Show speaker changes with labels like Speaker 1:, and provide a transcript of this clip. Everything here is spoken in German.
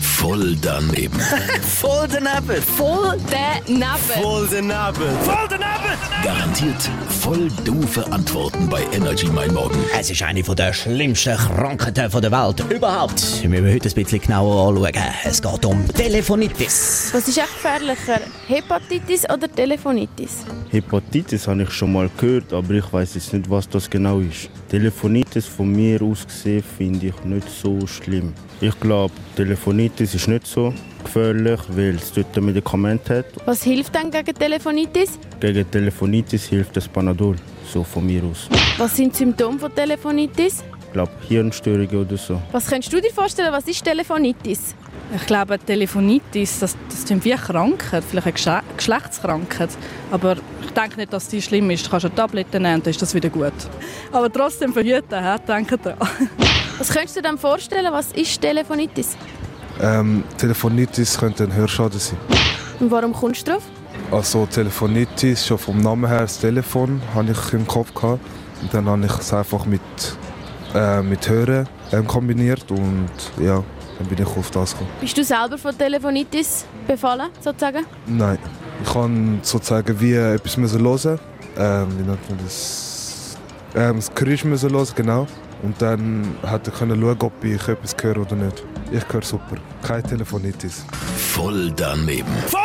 Speaker 1: Voll daneben.
Speaker 2: Voll daneben.
Speaker 3: Voll daneben.
Speaker 2: Voll daneben.
Speaker 4: Voll daneben!
Speaker 1: Garantiert voll doofe Antworten bei Energy Mein Morgen.
Speaker 2: Es ist eine von der schlimmsten Krankheiten von der Welt überhaupt. Wir müssen heute ein bisschen genauer anschauen. Es geht um Telefonitis.
Speaker 3: Was ist echt gefährlicher? Hepatitis oder Telefonitis?
Speaker 5: Hepatitis habe ich schon mal gehört, aber ich weiß jetzt nicht, was das genau ist. Telefonitis von mir aus gesehen finde ich nicht so schlimm. Ich glaube, Telefonitis ist nicht so gefährlich, weil es dort ein Medikament hat.
Speaker 3: Was hilft denn gegen Telefonitis?
Speaker 5: Gegen Telefonitis hilft das Panadol, so von mir aus.
Speaker 3: Was sind die Symptome von Telefonitis?
Speaker 5: Ich glaube, Hirnstörungen oder so.
Speaker 3: Was könntest du dir vorstellen, was ist Telefonitis?
Speaker 6: Ich glaube, Telefonitis, das, das sind wie Krankheit, vielleicht eine Gesche Geschlechtskrankheit. Aber ich denke nicht, dass die schlimm ist. Du kannst eine Tablette nehmen und dann ist das wieder gut. Aber trotzdem verhüten, he? denke dran.
Speaker 3: Was könntest du dir denn vorstellen, was ist Telefonitis?
Speaker 7: Ähm, Telefonitis könnte ein Hörschaden sein.
Speaker 3: Und warum kommst du drauf?
Speaker 7: Also Telefonitis, schon vom Namen her, das Telefon habe ich im Kopf gehabt. Und dann habe ich es einfach mit, äh, mit Hören ähm, kombiniert und ja, dann bin ich auf das gekommen.
Speaker 3: Bist du selber von Telefonitis befallen, sozusagen?
Speaker 7: Nein, ich kann sozusagen wie etwas müssen hören, ähm, wie nennt man das, ähm, das Geräusch müssen hören, genau. Und dann hätte ich können schauen, ob ich etwas höre oder nicht. Ich höre super, keine Telefonitis.
Speaker 1: Voll daneben.
Speaker 4: Voll